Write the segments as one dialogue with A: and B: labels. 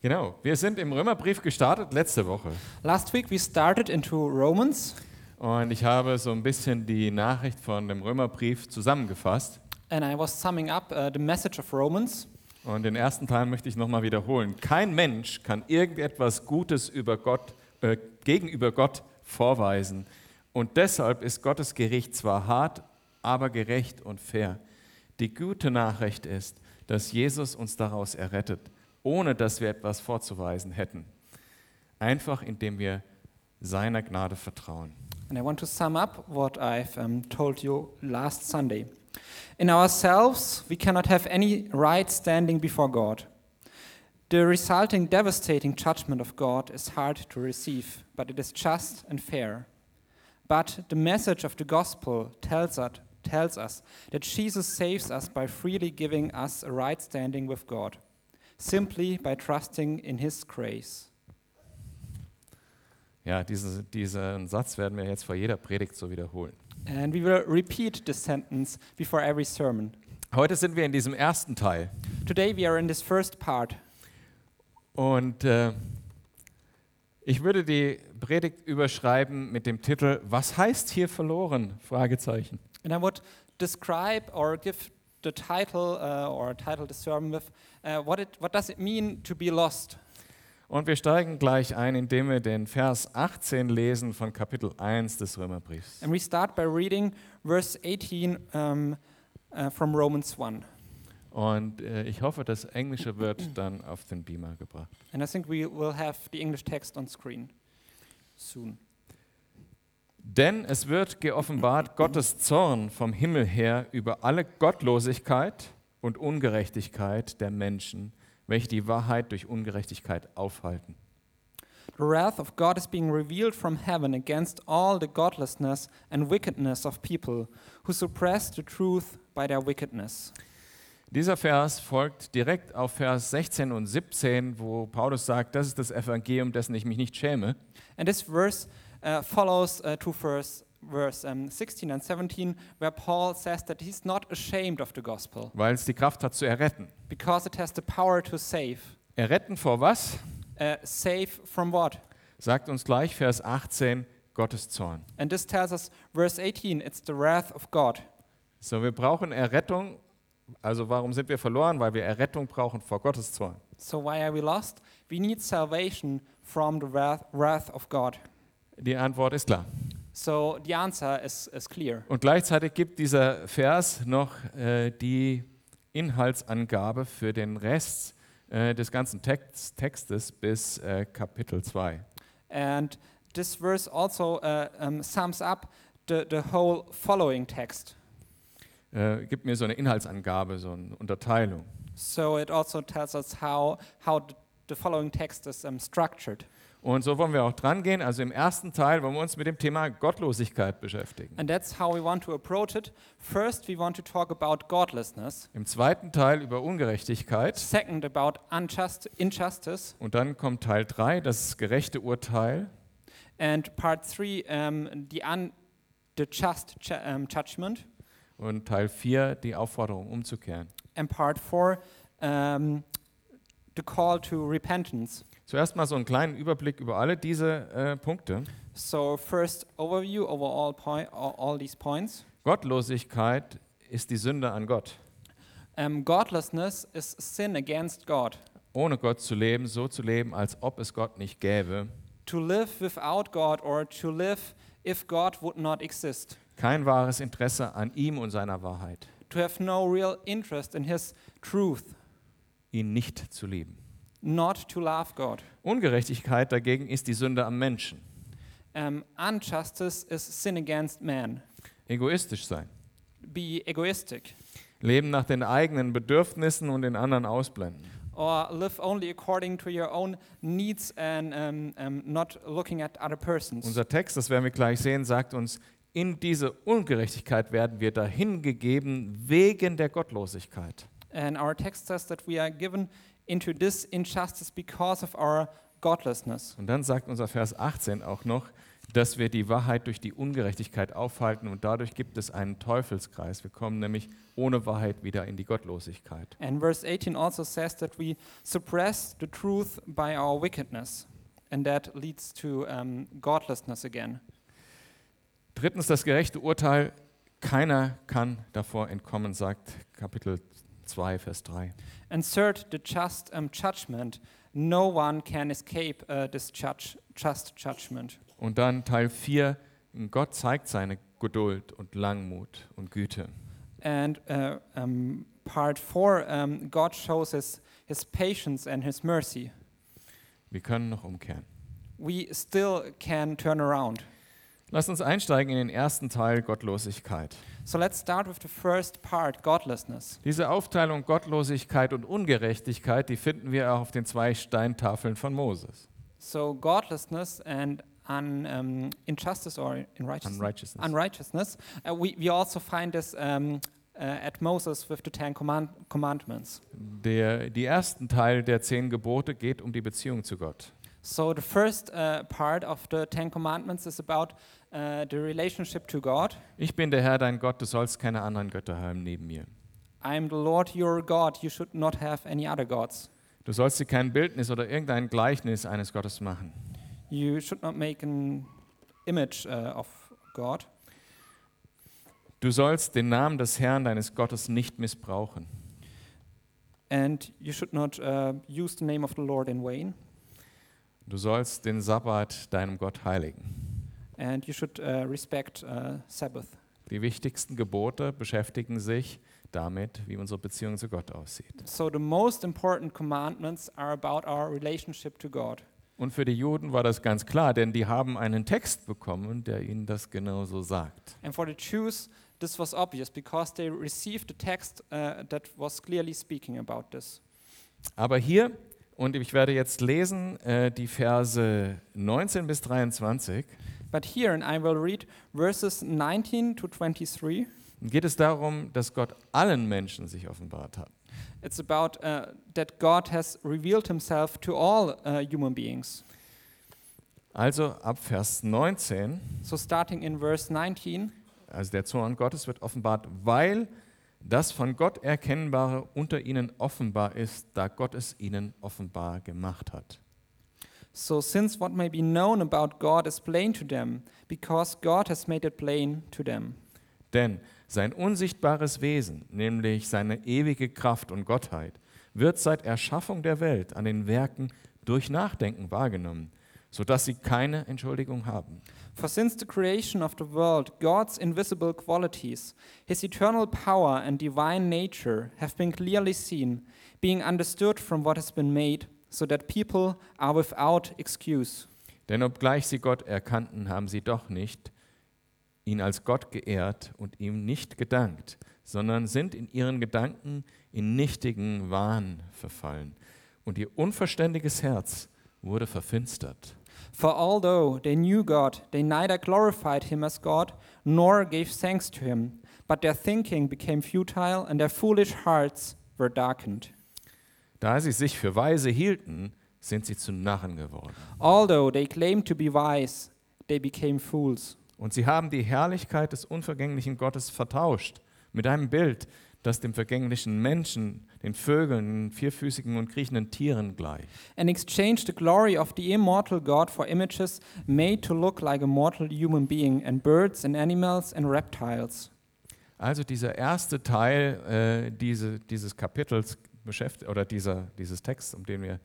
A: Genau, wir sind im Römerbrief gestartet letzte Woche
B: Last week we started into Romans,
A: und ich habe so ein bisschen die Nachricht von dem Römerbrief zusammengefasst
B: and I was summing up uh, the message of Romans.
A: und den ersten Teil möchte ich nochmal wiederholen. Kein Mensch kann irgendetwas Gutes über Gott, äh, gegenüber Gott vorweisen und deshalb ist Gottes Gericht zwar hart, aber gerecht und fair. Die gute Nachricht ist, dass Jesus uns daraus errettet, ohne dass wir etwas vorzuweisen hätten. Einfach indem wir seiner Gnade vertrauen.
B: And I want to sum up what I've um, told you last Sunday. In ourselves, we cannot have any right standing before God. The resulting devastating judgment of God is hard to receive, but it is just and fair. But the message of the gospel tells us, tells us that Jesus saves us by freely giving us a right standing with God, simply by trusting in his grace.
A: Ja, diesen, diesen Satz werden wir jetzt vor jeder Predigt so wiederholen.
B: And we will repeat this sentence before every sermon.
A: Heute sind wir in diesem ersten Teil
B: Today we are in this first part,
A: und äh, ich würde die Predigt überschreiben mit dem Titel Was heißt hier verloren? Fragezeichen.
B: and I would describe or give the title uh, or title the sermon with uh, what it what does it mean to be lost?
A: Und wir steigen gleich ein, indem wir den Vers 18 lesen von Kapitel 1 des Römerbriefs.
B: And we start by reading verse 18 um, uh, from Romans 1.
A: Und äh, ich hoffe, das Englische wird dann auf den Beamer gebracht.
B: And I think we will have the English text on screen soon.
A: Denn es wird geoffenbart Gottes Zorn vom Himmel her über alle Gottlosigkeit und Ungerechtigkeit der Menschen, welche die Wahrheit durch Ungerechtigkeit aufhalten.
B: The wrath of God is being revealed from heaven against all the godlessness and wickedness of people who suppress the truth by their wickedness.
A: Dieser Vers folgt direkt auf Vers 16 und 17, wo Paulus sagt, das ist das Evangelium, dessen ich mich nicht schäme.
B: And this verse uh, follows uh, two verse, verse um, 16 and 17, where Paul says that he's not ashamed of the gospel
A: weil es die Kraft hat zu erretten.
B: because it has the power to save.
A: Erretten vor was?
B: Uh, save from what?
A: Sagt uns gleich Vers 18, Gottes Zorn.
B: And this tells us, verse 18, it's the wrath of God.
A: So, wir brauchen Errettung. Also warum sind wir verloren? Weil wir Errettung brauchen vor Gottes Zorn.
B: So why are we lost? We need salvation from the wrath, wrath of God.
A: Die Antwort ist klar.
B: So the answer is, is clear.
A: Und gleichzeitig gibt dieser Vers noch äh, die Inhaltsangabe für den Rest äh, des ganzen Text, Textes bis äh, Kapitel 2.
B: And this verse also uh, um, sums up the, the whole following text.
A: Äh, gibt mir so eine Inhaltsangabe, so eine Unterteilung.
B: So it also tells us how, how th- the following text is um, structured.
A: Und so wollen wir auch dran gehen. Also im ersten Teil wollen wir uns mit dem Thema Gottlosigkeit beschäftigen.
B: And that's how we want to approach it. First, we want to talk about godlessness.
A: Im zweiten Teil über Ungerechtigkeit.
B: Second, about unjust, injustice.
A: Und dann kommt Teil 3, das gerechte Urteil.
B: And part three, um, the, un, the just ju- um, judgment.
A: Und Teil 4, die Aufforderung umzukehren.
B: And part four, um, the call to repentance.
A: Zuerst mal so einen kleinen Überblick über alle diese äh, Punkte.
B: So, first overview over all, point, all, all these points.
A: Gottlosigkeit ist die Sünde an Gott.
B: Um, godlessness is sin against God.
A: Ohne Gott zu leben, so zu leben, als ob es Gott nicht gäbe.
B: to live without God or to live if God would not exist,
A: Kein wahres Interesse an ihm und seiner Wahrheit.
B: to have no real interest in His truth,
A: Ihn nicht zu lieben.
B: not to love God.
A: Ungerechtigkeit dagegen ist die Sünde am Menschen.
B: Um, injustice is sin against man.
A: Egoistisch sein.
B: Be egoistic
A: Leben nach den eigenen Bedürfnissen und den anderen ausblenden.
B: or live only according to your own needs and um, um, not looking at other persons.
A: Unser Text, das werden wir gleich sehen, sagt uns, in diese Ungerechtigkeit werden wir dahingegeben wegen der Gottlosigkeit.
B: And our text says that we are given into this injustice because of our godlessness.
A: Und dann sagt unser Vers 18 auch noch, dass wir die Wahrheit durch die Ungerechtigkeit aufhalten und dadurch gibt es einen Teufelskreis. Wir kommen nämlich ohne Wahrheit wieder in die Gottlosigkeit.
B: And verse 18 also says that we suppress the truth by our wickedness, and that leads to um, godlessness again.
A: Drittens das gerechte Urteil. Keiner kann davor entkommen, sagt Kapitel 2, Vers 3.
B: And third, the just um, judgment. No one can escape uh, this judge, just judgment.
A: Und dann Teil 4. Gott zeigt seine Geduld und Langmut und Güte.
B: And uh, um, part four, um, God shows his, his patience and his mercy.
A: Wir können noch umkehren.
B: We still can turn around.
A: Lasst uns einsteigen in den ersten Teil Gottlosigkeit.
B: So let's start with the first part godlessness.
A: Diese Aufteilung Gottlosigkeit und Ungerechtigkeit, die finden wir auch auf den zwei Steintafeln von Moses.
B: So, godlessness and un, um, injustice or unrighteousness,
A: Unrighteousness.
B: unrighteousness uh, we, we also find this um, uh, at Moses with the Ten command, Commandments.
A: Der, die ersten Teil der zehn Gebote geht um die Beziehung zu Gott.
B: So, the first uh, part of the Ten Commandments is about uh, the relationship to God.
A: Ich bin der Herr, dein Gott, du sollst keine anderen Götter haben neben mir.
B: I am the Lord your God, you should not have any other gods.
A: Du sollst dir kein Bildnis oder irgendein Gleichnis eines Gottes machen.
B: You should not make an image uh, of God.
A: Du sollst den Namen des Herrn, deines Gottes, nicht missbrauchen.
B: And you should not uh, use the name of the Lord in vain.
A: Du sollst den Sabbat deinem Gott heiligen.
B: And you should uh, respect uh, Sabbath.
A: Die wichtigsten Gebote beschäftigen sich damit, wie unsere Beziehung zu Gott aussieht.
B: So the most important commandments are about our relationship to God.
A: Und für die Juden war das ganz klar, denn die haben einen Text bekommen, der ihnen das genauso sagt.
B: And for the Jews, this was obvious because they received a text uh, that was clearly speaking about this.
A: Aber hier, und ich werde jetzt lesen, äh, die Verse 19 bis 23,
B: But here, and I will read verses 19 to 23,
A: geht es darum, dass Gott allen Menschen sich offenbart hat.
B: it's about uh, that God has revealed himself to all uh, human beings.
A: Also ab Vers 19,
B: So starting in verse 19,
A: also der Zorn Gottes wird offenbart, weil das von Gott Erkennbare unter ihnen offenbar ist, da Gott es ihnen offenbar gemacht hat.
B: So, since what may be known about God is plain to them, because God has made it plain to them.
A: Denn sein unsichtbares Wesen, nämlich seine ewige Kraft und Gottheit, wird seit Erschaffung der Welt an den Werken durch Nachdenken wahrgenommen, sodass sie keine Entschuldigung haben.
B: For since the creation of the world, God's invisible qualities, his eternal power and divine nature, have been clearly seen, being understood from what has been made, so that people are without excuse.
A: Denn obgleich sie Gott erkannten, haben sie doch nicht ihn als Gott geehrt und ihm nicht gedankt, sondern sind in ihren Gedanken in nichtigen Wahn verfallen. Und ihr unverständiges Herz wurde verfinstert.
B: For although they knew God, they neither glorified him as God nor gave thanks to him, but their thinking became futile and their foolish hearts were darkened.
A: Da sie sich für weise hielten, sind sie zu Narren geworden.
B: Although they claimed to be wise, they became fools.
A: Und sie haben die Herrlichkeit des unvergänglichen Gottes vertauscht mit einem Bild, das dem vergänglichen Menschen, den Vögeln, den vierfüßigen und kriechenden Tieren gleicht.
B: And exchanged the glory of the immortal God for images made to look like a mortal human being, and birds, and animals, and reptiles.
A: Also dieser erste Teil äh, diese, dieses Kapitels beschäft- oder dieser, dieses Text, um den wir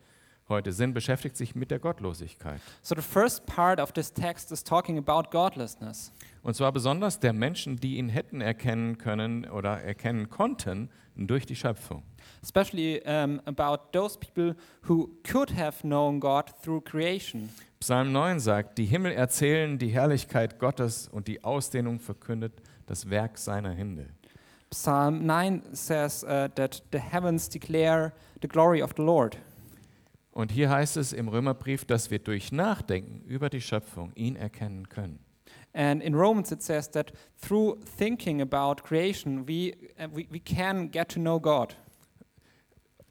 A: heute sind, beschäftigt sich mit der Gottlosigkeit.
B: So the first part of this text is talking about godlessness.
A: Und zwar besonders der Menschen, die ihn hätten erkennen können oder erkennen konnten durch die Schöpfung.
B: especially um, about those people who could have known God through creation.
A: Psalm 9 sagt, die Himmel erzählen die Herrlichkeit Gottes und die Ausdehnung verkündet das Werk seiner Hände.
B: Psalm 9 says uh, that the heavens declare the glory of the Lord.
A: Und hier heißt es im Römerbrief, dass wir durch Nachdenken über die Schöpfung ihn erkennen können.
B: And in Romans it says that through thinking about creation, we, uh, we, we can get to know God.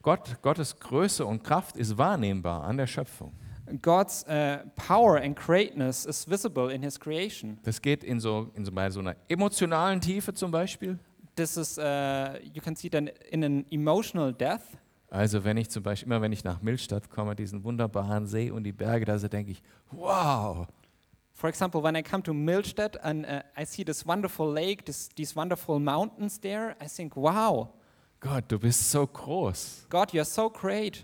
A: Gott, Gottes Größe und Kraft ist wahrnehmbar an der Schöpfung.
B: God's uh, power and greatness is visible in his creation.
A: Das geht in so, in so, bei so einer emotionalen Tiefe zum Beispiel.
B: This is, uh, you can see then in an emotional death.
A: Also wenn ich zum Beispiel, immer wenn ich nach Millstadt komme, diesen wunderbaren See und die Berge, da so denke ich, wow,
B: For example, when I come to Millstadt and uh, I see this wonderful lake, this, these wonderful mountains there, I think, wow,
A: Gott, du bist so groß.
B: God, you're so great.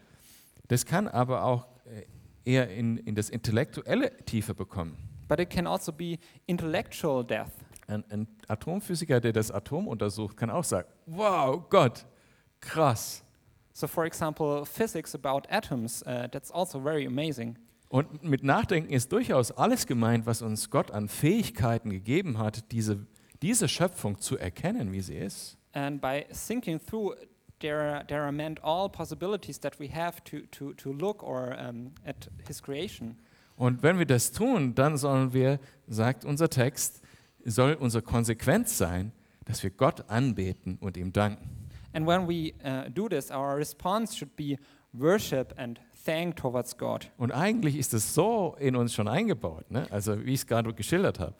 A: Das kann aber auch äh, eher in, in das intellektuelle Tiefe bekommen.
B: But it can also be intellectual death.
A: Ein, ein Atomphysiker, der das Atom untersucht, kann auch sagen, wow, Gott, krass.
B: So, for example, physics about atoms, uh, that's also very amazing.
A: Und mit Nachdenken ist durchaus alles gemeint, was uns Gott an Fähigkeiten gegeben hat, diese, diese Schöpfung zu erkennen, wie sie ist.
B: And by thinking through, there are, there are meant all possibilities that we have to, to, to look or um, at His creation.
A: Und wenn wir das tun, dann sollen wir, sagt unser Text, soll unsere Konsequenz sein, dass wir Gott anbeten und ihm danken.
B: And when we uh, do this, our response should be worship and thank towards God.
A: Und eigentlich ist es so in uns schon eingebaut, ne? also wie ich es gerade geschildert habe.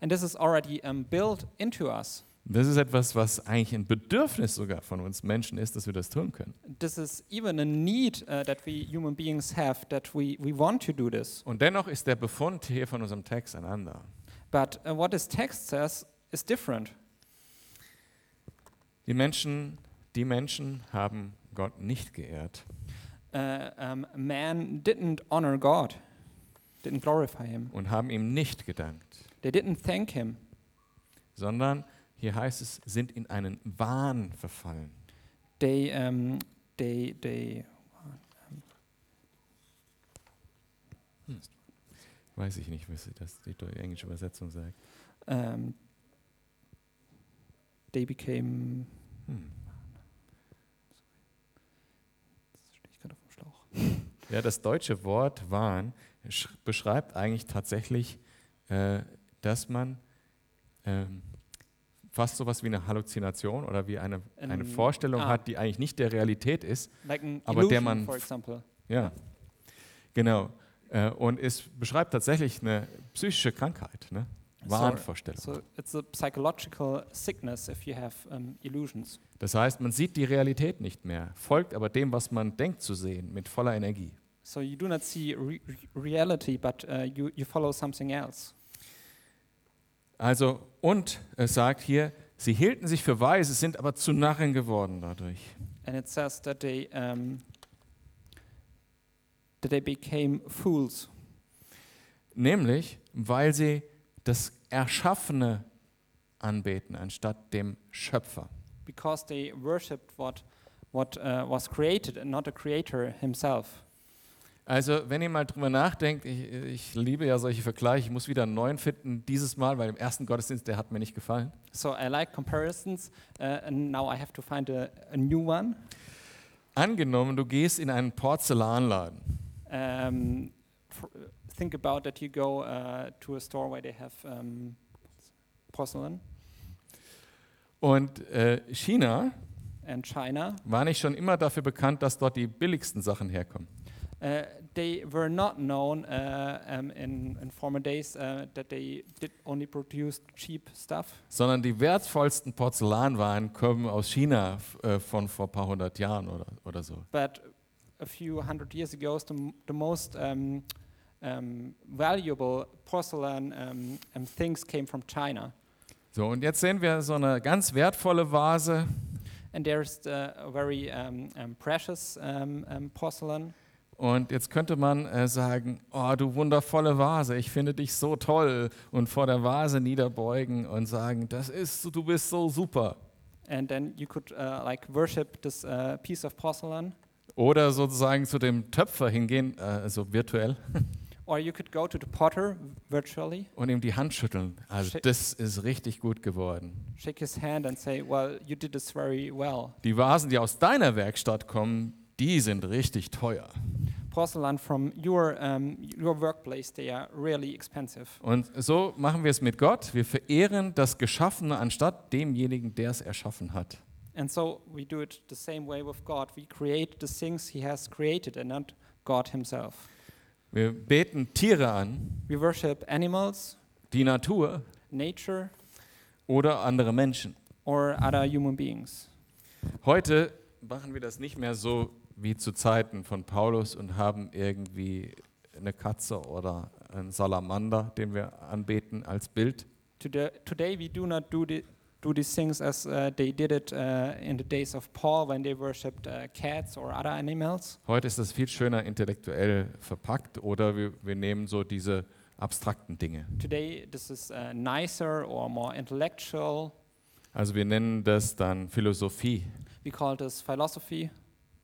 B: And this is already um, built into us.
A: Das ist etwas, was eigentlich ein Bedürfnis sogar von uns Menschen ist, dass wir das tun können.
B: This is even a need uh, that we human beings have that we, we want to do this.
A: Und dennoch ist der Befund hier von unserem Text ein anderer.
B: But uh, what this text says is different.
A: Die Menschen, die Menschen haben Gott nicht geehrt.
B: Uh, um, man didn't honor God, didn't glorify Him,
A: und haben ihm nicht gedankt,
B: they didn't thank Him.
A: sondern hier heißt es, sind in einen Wahn verfallen.
B: They, um, they, they,
A: Weiß ich nicht, was das die deu- englische Übersetzung sagt.
B: um, they became.
A: Hm.
B: Jetzt stehe ich gerade auf dem Schlauch.
A: Ja, das deutsche Wort Wahn sch- beschreibt eigentlich tatsächlich, äh, dass man ähm, fast sowas wie eine Halluzination oder wie eine, eine
B: Ähm,
A: Vorstellung
B: ah.
A: hat, die eigentlich nicht der Realität ist,
B: Like an
A: Aber der
B: illusion,
A: man-
B: for example.
A: Ja, genau. Äh, Und es beschreibt tatsächlich eine psychische Krankheit, ne?
B: So-
A: Wahnvorstellung.
B: So it's a psychological sickness if you have um, illusions.
A: Das heißt, man sieht die Realität nicht mehr, folgt aber dem, was man denkt zu sehen, mit voller Energie.
B: So you do not see re- re- reality, but uh, you, you follow something else.
A: Also, und es sagt hier, sie hielten sich für weise, sind aber zu Narren geworden dadurch.
B: And it says that they, um, that they became fools
A: Nämlich, weil sie das Erschaffene anbeten, anstatt dem Schöpfer.
B: because they worshipped what, what uh, was created and not the creator himself.
A: Also, wenn ihr mal drüber nachdenkt, ich, ich liebe ja solche Vergleiche, ich muss wieder einen neuen finden. Dieses Mal, weil im ersten Gottesdienst, der hat mir nicht gefallen.
B: So I like comparisons, uh, and now I have to find a, a new one.
A: Angenommen, du gehst in einen Porzellanladen
B: Um, f- think about that you go uh, to a store where they have um, porcelain
A: und äh, China
B: and China.
A: war nicht schon immer dafür bekannt, dass dort die billigsten Sachen herkommen.
B: Uh, they were not known uh, um, in, in former days uh, that they did only produce cheap stuff,
A: Sondern die wertvollsten Porzellanwaren kommen aus China f- äh, von vor ein paar hundert Jahren oder, oder so.
B: but a few hundred years ago, the, m- the most um, um, valuable porcelain um, um, things came from China.
A: So, und jetzt sehen wir so eine ganz wertvolle Vase
B: And there's the, a very um, um, precious um, um, porcelain.
A: Und jetzt könnte man äh, sagen, oh du wundervolle Vase, ich finde dich so toll und vor der Vase niederbeugen und sagen, das ist, du bist so super.
B: And then you could uh, like worship this uh, piece of porcelain,
A: Oder sozusagen zu dem Töpfer hingehen, äh, also virtuell,
B: or you could go to the potter virtually,
A: und ihm die Hand schütteln. Also
B: Shit.
A: das ist richtig gut geworden.
B: shake his hand, and say, "Well, you did this very well."
A: Die Vasen, die aus deiner Werkstatt kommen, die sind richtig teuer.
B: porcelain from your um, your workplace they are really expensive
A: Und so machen wir es mit Gott. Wir verehren das Geschaffene anstatt demjenigen, der es erschaffen hat.
B: and so we do it the same way with god we create the things he has created and not god himself
A: Wir beten Tiere an,
B: We worship animals,
A: die Natur
B: nature,
A: oder andere Menschen.
B: or other human beings.
A: Heute machen wir das nicht mehr so wie zu Zeiten von Paulus und haben irgendwie eine Katze oder einen Salamander, den wir anbeten als Bild.
B: Today, today we do not do, the, do these things as uh, they did it uh, in the days of Paul when they worshipped uh, cats or other animals.
A: Heute ist das viel schöner intellektuell verpackt oder wir, wir nehmen so diese abstrakten Dinge.
B: Today this is uh, nicer or more intellectual.
A: Also wir nennen das dann Philosophie
B: We call this philosophy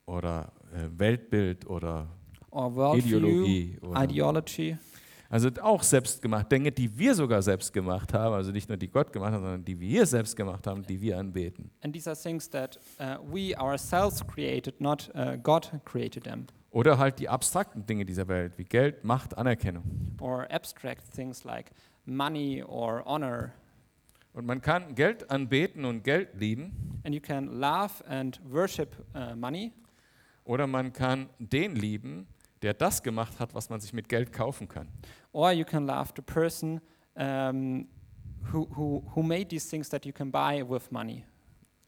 A: oder äh, Weltbild oder
B: or worldview,
A: Ideologie. Oder
B: ideology.
A: also auch selbst gemacht. Dinge, die wir sogar selbst gemacht haben, also nicht nur die Gott gemacht hat, sondern die wir selbst gemacht haben, die wir anbeten.
B: And these are things that uh, we ourselves created, not uh, God created them,
A: Oder halt die abstrakten Dinge dieser Welt, wie Geld, Macht, Anerkennung.
B: or abstract things like money or honor.
A: Und man kann Geld anbeten und Geld lieben,
B: And you can love and worship uh, money,
A: oder man kann den lieben, der das gemacht hat, was man sich mit Geld kaufen kann.
B: or you can love the person um, who, who, who made these things that you can buy with money,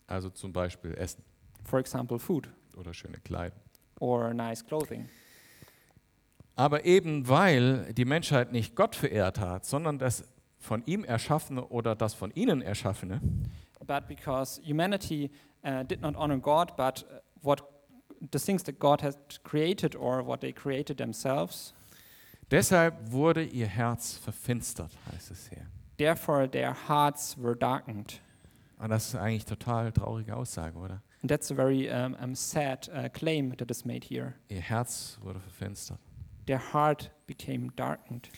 A: Also zum Beispiel Essen
B: for example, food
A: oder schöne Kleidung.
B: or nice clothing.
A: Aber eben weil die Menschheit nicht Gott verehrt hat, sondern das von ihm Erschaffene oder das von ihnen Erschaffene,
B: But because humanity uh, did not honor God, but uh, what the things that God had created or what they created themselves,
A: deshalb wurde ihr Herz verfinstert, heißt es hier.
B: therefore their hearts were darkened.
A: Und Ah, das ist eigentlich total traurige Aussage, oder?
B: And that's a very um, um, sad uh, claim that is made here.
A: Ihr Herz wurde verfinstert.
B: Their heart became darkened.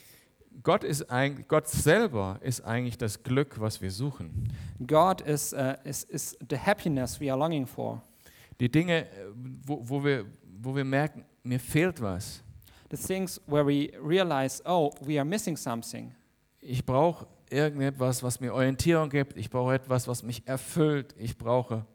A: Gott, ist eigentlich, Gott selber ist eigentlich das Glück, was wir suchen.
B: God is, uh, is, is the happiness we are longing for.
A: Die Dinge, äh, wo, wo, wir, wo wir merken, mir fehlt was.
B: The things where we realize, oh, we are missing something.
A: Ich brauche irgendetwas, was mir Orientierung gibt. Ich brauche etwas, was mich erfüllt. Ich brauche.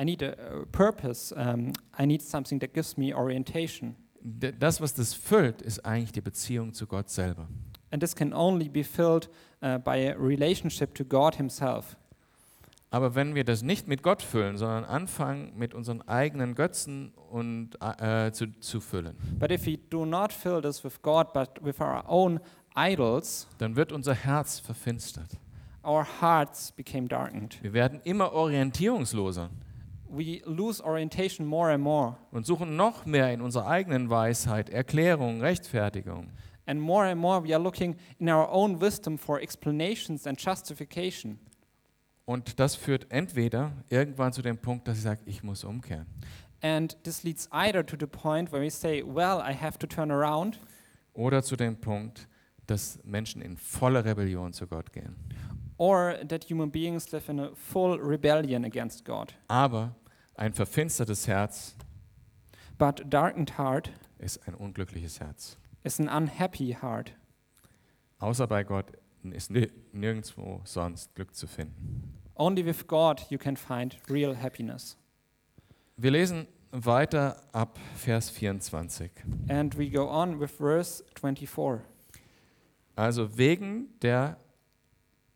B: I need a, a purpose. Um, I need something that gives me orientation.
A: D- Das, was das füllt, ist eigentlich die Beziehung zu Gott selber.
B: And this can only be filled uh, by a relationship to God Himself.
A: Aber wenn wir das nicht mit Gott füllen, sondern anfangen, mit unseren eigenen Götzen und, äh, zu, zu füllen,
B: But if we do not fill this with God, but with our own idols,
A: dann wird unser Herz verfinstert.
B: our hearts became darkened.
A: Wir werden immer orientierungsloser.
B: We lose orientation more and more,
A: und suchen noch mehr in unserer eigenen Weisheit Erklärung, Rechtfertigung.
B: and more and more we are looking in our own wisdom for explanations and justification.
A: Und das führt entweder irgendwann zu dem Punkt, dass ich sage, ich muss umkehren.
B: And this leads either to the point where we say, well, I have to turn around,
A: Oder zu dem Punkt, dass Menschen in voller Rebellion zu Gott gehen.
B: or that human beings live in a full rebellion against God.
A: Aber ein verfinstertes Herz
B: But a darkened heart
A: ist ein unglückliches Herz.
B: is an unhappy heart.
A: Außer bei Gott ist ni- nirgendwo sonst Glück zu finden.
B: Only with God you can find real happiness.
A: Wir lesen weiter ab Vers 24.
B: And we go on with verse 24.
A: Also wegen der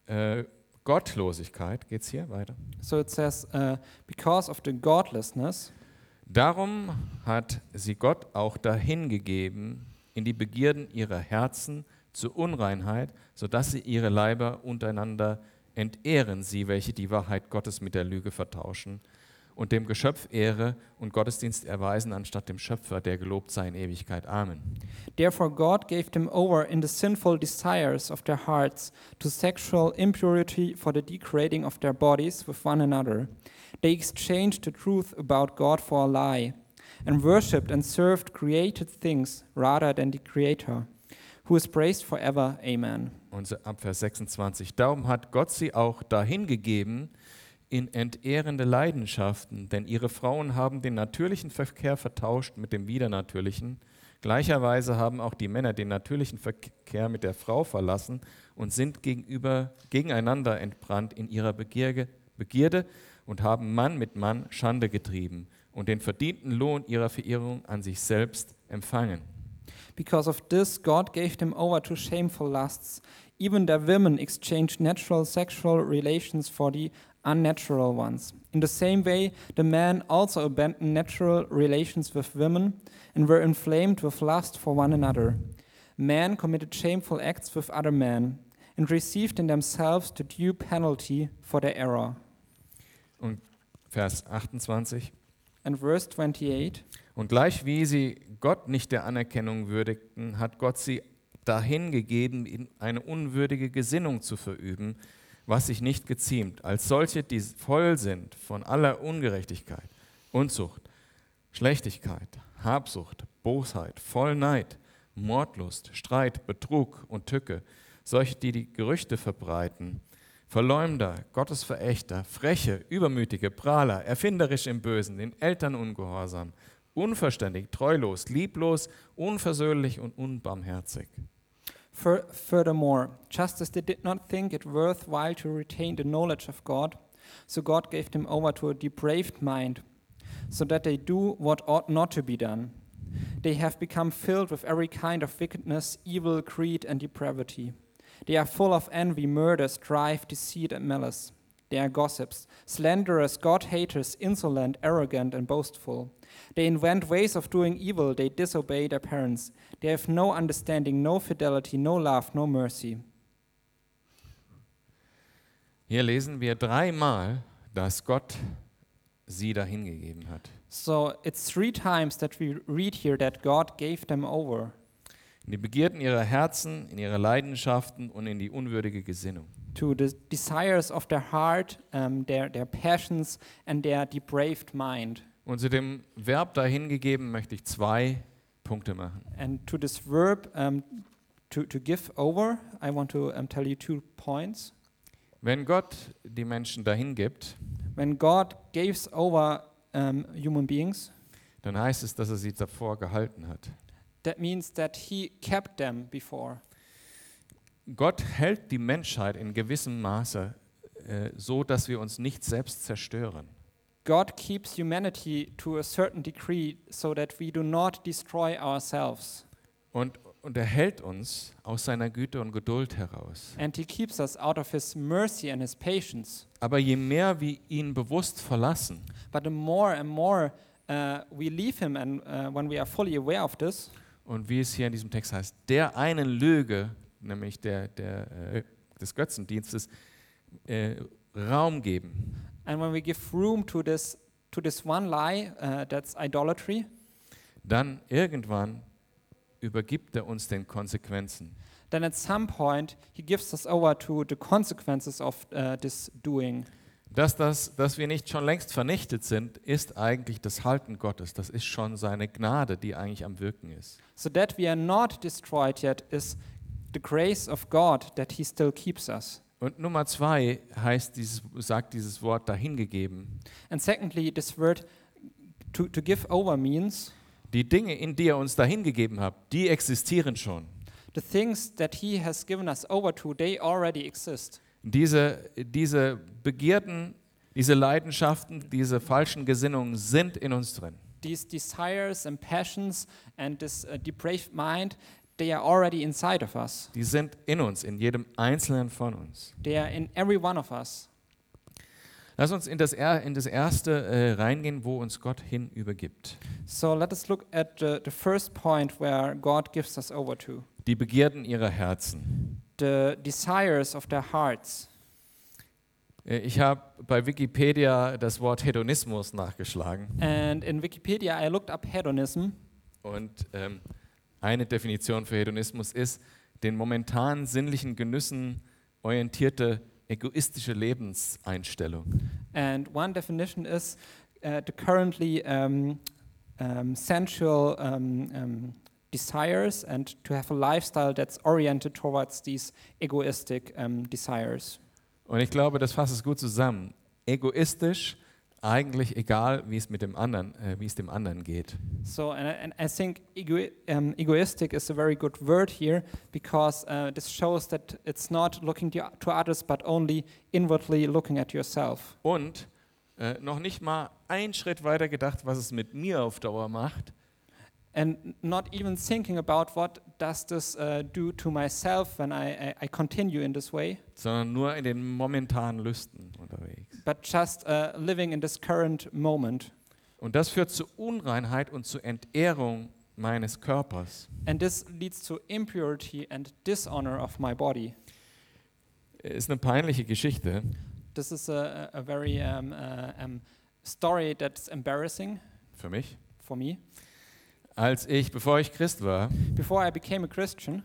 A: äh, Gottlosigkeit geht es hier weiter.
B: So it says, uh, because of the godlessness,
A: Darum hat sie Gott auch dahingegeben in die Begierden ihrer Herzen zur Unreinheit, sodass sie ihre Leiber untereinander entehren, sie, welche die Wahrheit Gottes mit der Lüge vertauschen und dem Geschöpf Ehre und Gottesdienst erweisen, anstatt dem Schöpfer, der gelobt sei in Ewigkeit. Amen.
B: therefore God gave them over in the sinful desires of their hearts to sexual impurity for the degrading of their bodies with one another. They exchanged the truth about God for a lie, and worshipped and served created things rather than the Creator, who is praised forever. Amen.
A: Und so ab Vers 26. Darum hat Gott sie auch dahingegeben in entehrende Leidenschaften, denn ihre Frauen haben den natürlichen Verkehr vertauscht mit dem widernatürlichen. Gleicherweise haben auch die Männer den natürlichen Verkehr mit der Frau verlassen und sind gegenüber, gegeneinander entbrannt in ihrer Begierde, Begierde und haben Mann mit Mann Schande getrieben und den verdienten Lohn ihrer Verirrung an sich selbst empfangen.
B: Because of this, God gave them over to shameful lusts. Even their women exchanged natural sexual relations for the unnatural ones. In the same way, the men also abandoned natural relations with women and were inflamed with lust for one another. Men committed shameful acts with other men and received in themselves the due penalty for their error.
A: Und Vers 28.
B: And verse 28
A: Und gleichwie sie Gott nicht der Anerkennung würdigten, hat Gott sie dahin gegeben, in eine unwürdige Gesinnung zu verüben, was sich nicht geziemt, als solche, die voll sind von aller Ungerechtigkeit, Unzucht, Schlechtigkeit, Habsucht, Bosheit, voll Neid, Mordlust, Streit, Betrug und Tücke, solche, die die Gerüchte verbreiten, Verleumder, Gottesverächter, freche, übermütige, Prahler, erfinderisch im Bösen, den Eltern ungehorsam, unverständig, treulos, lieblos, unversöhnlich und unbarmherzig.
B: Fur- Furthermore, just as they did not think it worthwhile to retain the knowledge of God, so God gave them over to a depraved mind, so that they do what ought not to be done. They have become filled with every kind of wickedness, evil, greed, and depravity. They are full of envy, murder, strife, deceit, and malice. They are gossips, slanderers, God haters, insolent, arrogant, and boastful. They invent ways of doing evil, they disobey their parents. They have no understanding, no fidelity, no love, no mercy.
A: Hier lesen wir dreimal, dass Gott sie dahingegeben hat.
B: So it's three times that we read here that God gave them over
A: In die Begierden ihrer Herzen, in ihre Leidenschaften und in die unwürdige Gesinnung.
B: to the desires of their heart, um, their, their passions, and their depraved mind.
A: Und zu dem Verb dahingegeben möchte ich zwei Punkte machen.
B: And to this verb, um, to, to give over, I want to um, tell you two points.
A: Wenn Gott die Menschen dahingibt,
B: When God gives over um, human beings,
A: dann heißt es, dass er sie davor gehalten hat.
B: that means that He kept them before.
A: Gott hält die Menschheit in gewissem Maße äh, so, dass wir uns nicht selbst zerstören.
B: God keeps humanity to a certain degree so that we do not destroy ourselves.
A: Und, und er hält uns aus seiner Güte und Geduld heraus.
B: And He keeps us out of His mercy and His patience.
A: Aber je mehr wir ihn bewusst verlassen,
B: But the more and more uh, we leave Him, and uh, when we are fully aware of this,
A: und wie es hier in diesem Text heißt, der einen Lüge, nämlich der, der, äh, des Götzendienstes, äh, Raum geben,
B: and when we give room to this, to this one lie, uh, that's idolatry,
A: dann irgendwann übergibt er uns den Konsequenzen.
B: then at some point He gives us over to the consequences of uh, this doing.
A: Dass, das, dass wir nicht schon längst vernichtet sind, ist eigentlich das Halten Gottes. Das ist schon seine Gnade, die eigentlich am Wirken ist.
B: So that we are not destroyed yet is the grace of God that He still keeps us.
A: Und Nummer zwei heißt dieses, sagt dieses Wort dahingegeben.
B: And secondly, this word to, to give over means
A: Die Dinge, in die er uns dahingegeben hat, die existieren schon.
B: the things that He has given us over to, they already exist.
A: Diese, diese Begierden, diese Leidenschaften, diese falschen Gesinnungen sind in uns drin.
B: These desires and passions and this uh, depraved mind, they are already inside of us.
A: Die sind in uns, in jedem Einzelnen von uns.
B: They are in every one of us.
A: Lass uns in das, Er- in das Erste äh, reingehen, wo uns Gott hin übergibt.
B: So let us look at the, the first point where God gives us over to
A: Die Begierden ihrer Herzen.
B: the desires of their hearts.
A: Äh, Ich habe bei Wikipedia das Wort Hedonismus nachgeschlagen
B: And in Wikipedia, I looked up hedonism.
A: und ähm, eine Definition für Hedonismus ist, den momentan sinnlichen Genüssen orientierte egoistische Lebenseinstellung.
B: And one definition is uh, the currently um, um, sensual um, um, desires and to have a lifestyle that's oriented towards these egoistic um, desires.
A: Und ich glaube, das fasst es gut zusammen. Egoistisch, eigentlich egal, wie es mit dem anderen, äh, wie es dem anderen geht.
B: So, and, I- and I think ego- um, egoistic is a very good word here because uh, this shows that it's not looking to, to others but only inwardly looking at yourself.
A: Und äh, noch nicht mal einen Schritt weiter gedacht, was es mit mir auf Dauer macht,
B: and not even thinking about what does this uh, do to myself when I, I, I continue in this way,
A: sondern nur in den momentanen Lüsten unterwegs.
B: but just uh, living in this current moment.
A: Und das führt zu Unreinheit und zu Entehrung meines Körpers.
B: And this leads to impurity and dishonor of my body.
A: Ist eine peinliche Geschichte.
B: This is a, a a very um, uh, um, story that's embarrassing
A: für mich.
B: for me.
A: Als ich, bevor ich Christ war,
B: Before I became a Christian,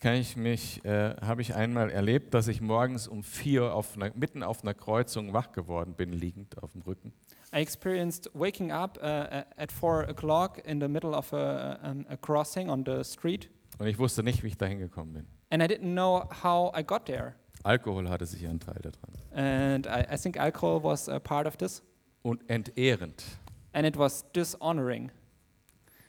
A: kann ich mich, äh, habe ich einmal erlebt, dass ich morgens um vier auf einer, mitten auf einer Kreuzung wach geworden bin, liegend auf dem Rücken.
B: I experienced waking up uh, uh, at four o'clock in the middle of a, um, a crossing on the street,
A: Und ich wusste nicht, wie ich da hingekommen bin.
B: and I didn't know how I got there.
A: Alkohol hatte sicher einen Teil daran.
B: And I, I think alcohol was a part of this,
A: Und entehrend.
B: and it was dishonoring.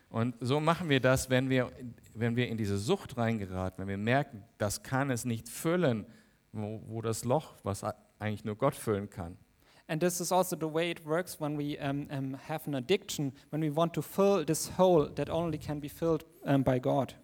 A: Und so machen wir das, wenn wir, wenn wir in diese Sucht reingeraten, wenn wir merken, das kann es nicht füllen, wo, wo das Loch, was a- eigentlich nur Gott füllen kann.
B: And this is also the way it works when we um, um, have an addiction, when we want to fill this hole that only can be filled um, by God.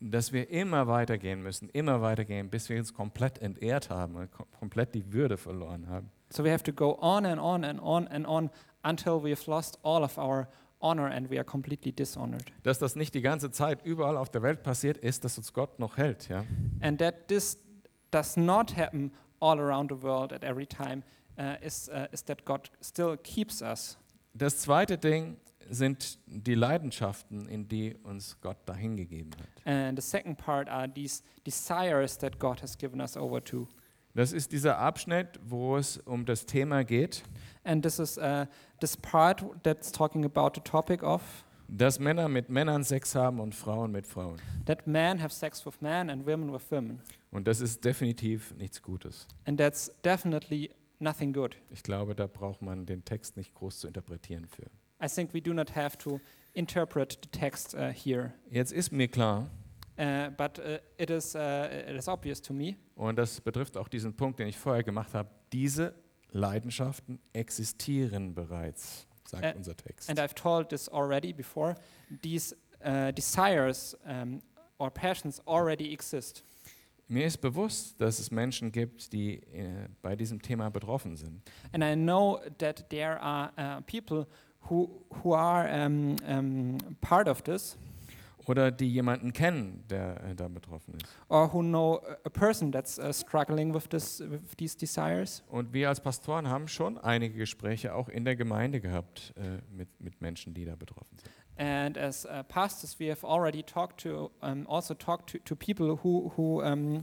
A: Dass wir immer weitergehen müssen, immer weitergehen, bis wir uns komplett entehrt haben und kom komplett die Würde verloren haben.
B: So we have to go on and on and on and on until we have lost all of our honor and we are completely dishonored.
A: Dass das nicht die ganze Zeit überall auf der Welt passiert ist, dass uns Gott noch hält. Ja?
B: And that this does not happen all around the world at every time uh, is, uh, is that God still keeps us.
A: Das zweite Ding sind die Leidenschaften, in die uns Gott dahingegeben hat.
B: And the second part are these desires that God has given us over to.
A: Das ist dieser Abschnitt, wo es um das Thema geht,
B: And this is uh, this part that's talking about the topic of
A: dass Männer mit Männern Sex haben und Frauen mit Frauen.
B: that men have sex with men and women with women.
A: Und das ist definitiv nichts Gutes.
B: And that's definitely nothing good.
A: Ich glaube, da braucht man den Text nicht groß zu interpretieren für.
B: I think we do not have to interpret the text uh, here.
A: Jetzt ist mir klar,
B: Uh, but uh, it, is, uh, it is obvious to me
A: und das betrifft auch diesen Punkt, den ich vorher gemacht habe, diese Leidenschaften existieren bereits, sagt
B: Ä-
A: unser Text.
B: And I've told this already before. These uh, desires um, or passions already exist.
A: Mir ist bewusst, dass es Menschen gibt, die äh, bei diesem Thema betroffen sind.
B: And I know that there are uh, people who, who are um, um, part of this
A: Oder die jemanden kennen, der äh, da betroffen ist.
B: or who know a- a person that's uh, struggling with, this, with these desires.
A: Und wir als Pastoren haben schon einige Gespräche auch in der Gemeinde gehabt äh, mit, mit Menschen, die da betroffen sind.
B: And as uh, pastors, we have already talked to, um, also talked to, to people who, who um,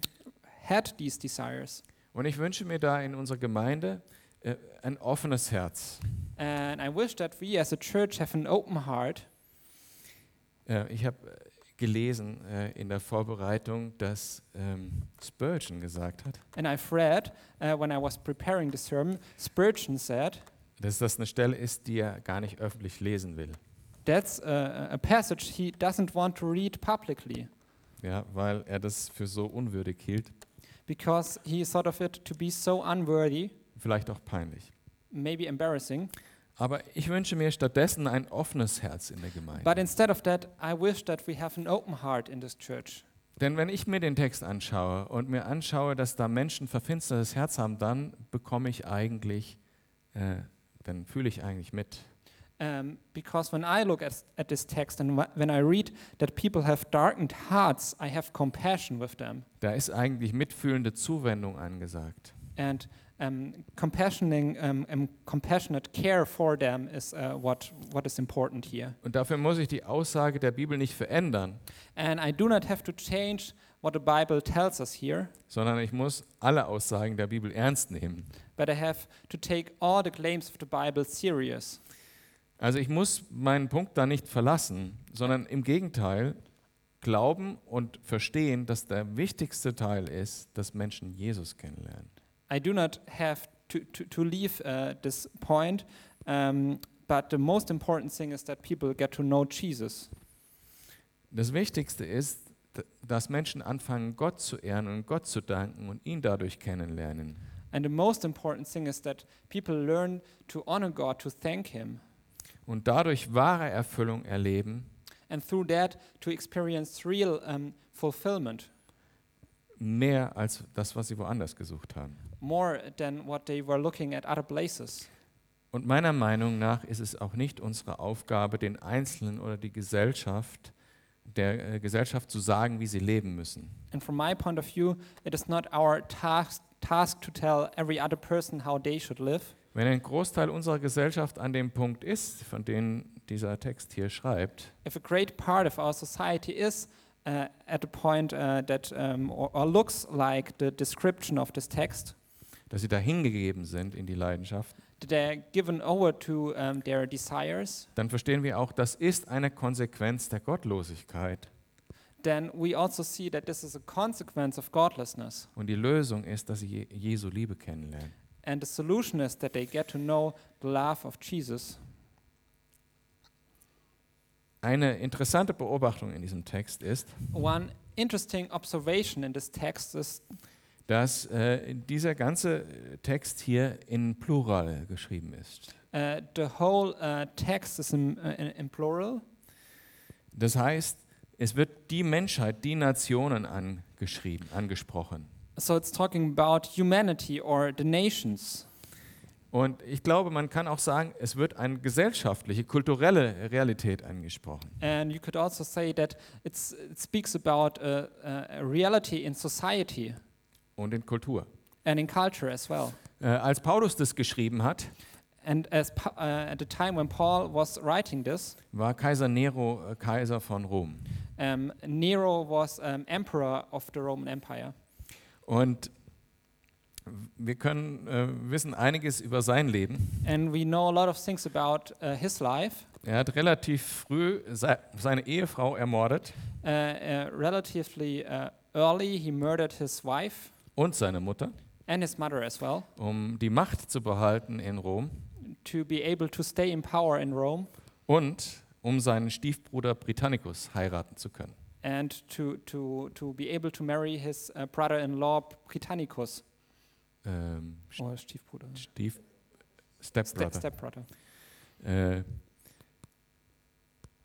B: had these desires.
A: Und ich wünsche mir da in unserer Gemeinde äh, ein offenes Herz.
B: And I wish that we as a church have an open heart
A: Äh, ich habe äh, gelesen äh, in der Vorbereitung, dass ähm, Spurgeon gesagt hat,
B: And I've read uh, when I was preparing the sermon, Spurgeon said,
A: dass das eine Stelle ist, die er gar nicht öffentlich lesen will.
B: that's a, a passage he doesn't want to read publicly
A: Ja, weil er das für so unwürdig hielt,
B: because he thought of it to be so unworthy,
A: vielleicht auch peinlich.
B: maybe embarrassing.
A: Aber ich wünsche mir stattdessen ein offenes Herz in der Gemeinde.
B: But instead of that, I wish that we have an open heart in this church.
A: Denn wenn ich mir den Text anschaue und mir anschaue, dass da Menschen verfinstertes Herz haben, dann bekomme ich eigentlich, äh, dann fühle ich eigentlich mit.
B: Um, because when I look at, at this text and wh- when I read that people have darkened hearts, I have compassion with them.
A: Da ist eigentlich mitfühlende Zuwendung angesagt.
B: And um, compassioning, um, um, compassionate care for them is uh, what, what is important here.
A: Und dafür muss ich die Aussage der Bibel nicht verändern,
B: And I do not have to change what the Bible tells us here,
A: sondern ich muss alle Aussagen der Bibel ernst nehmen.
B: but I have to take all the claims of the Bible serious.
A: Also ich muss meinen Punkt da nicht verlassen, sondern im Gegenteil glauben und verstehen, dass der wichtigste Teil ist, dass Menschen Jesus kennenlernen.
B: I do not have to, to, to leave uh, this point, um, but the most important thing is that people get to know Jesus.
A: Das Wichtigste ist, d- dass Menschen anfangen, Gott zu ehren und Gott zu danken und ihn dadurch kennenlernen.
B: And the most important thing is that people learn to honor God, to thank Him,
A: Und dadurch wahre Erfüllung erleben
B: and through that to experience real um, fulfillment,
A: Mehr als das, was sie woanders gesucht haben.
B: more than what they were looking at other places.
A: Und meiner Meinung nach ist es auch nicht unsere Aufgabe, den Einzelnen oder die Gesellschaft, der äh, Gesellschaft zu sagen, wie sie leben müssen.
B: And from my point of view, it is not our task, task to tell every other person how they should live.
A: Wenn ein Großteil unserer Gesellschaft an dem Punkt ist, von dem dieser Text hier schreibt,
B: If a great part of our society is uh, at the point uh, that um, or, or looks like the description of this text,
A: dass sie dahingegeben sind in die Leidenschaft,
B: that they're given over to um, their desires,
A: dann verstehen wir auch, das ist eine Konsequenz der Gottlosigkeit.
B: then we also see that this is a consequence of godlessness.
A: Und die Lösung ist, dass sie Je- Jesu Liebe kennenlernen.
B: And the solution is that they get to know the love of Jesus.
A: Eine interessante Beobachtung in diesem Text ist,
B: One interesting observation in this text is
A: dass äh, dieser ganze äh, Text hier in Plural geschrieben ist.
B: uh, the whole uh, text is in, uh, in, in plural.
A: Das heißt, es wird die Menschheit, die Nationen angeschrieben, angesprochen.
B: So it's talking about humanity or the nations.
A: Und ich glaube, man kann auch sagen, es wird eine gesellschaftliche, kulturelle Realität angesprochen.
B: And you could also say that it's, it speaks about a, a reality in society
A: Und in Kultur.
B: and in culture as well.
A: Äh, als Paulus das geschrieben hat,
B: And as pa- uh, at the time when Paul was writing this,
A: war Kaiser Nero äh, Kaiser von Rom.
B: um, Nero was um, emperor of the Roman Empire.
A: Und wir können äh, wissen einiges über sein Leben.
B: And we know a lot of things about uh, his life.
A: Er hat relativ früh se seine Ehefrau ermordet
B: Uh, uh, relatively uh, early, he murdered his wife
A: und seine Mutter,
B: and his mother as well
A: um die Macht zu behalten in Rom
B: to be able to stay in power in Rome
A: und um seinen Stiefbruder Britannicus heiraten zu können.
B: and to, to, to be able to marry his uh, brother in law Britannicus
A: Ähm,
B: or Stiefbruder.
A: Stief
B: Step,
A: Stepbrother.
B: stepbrother.
A: Äh,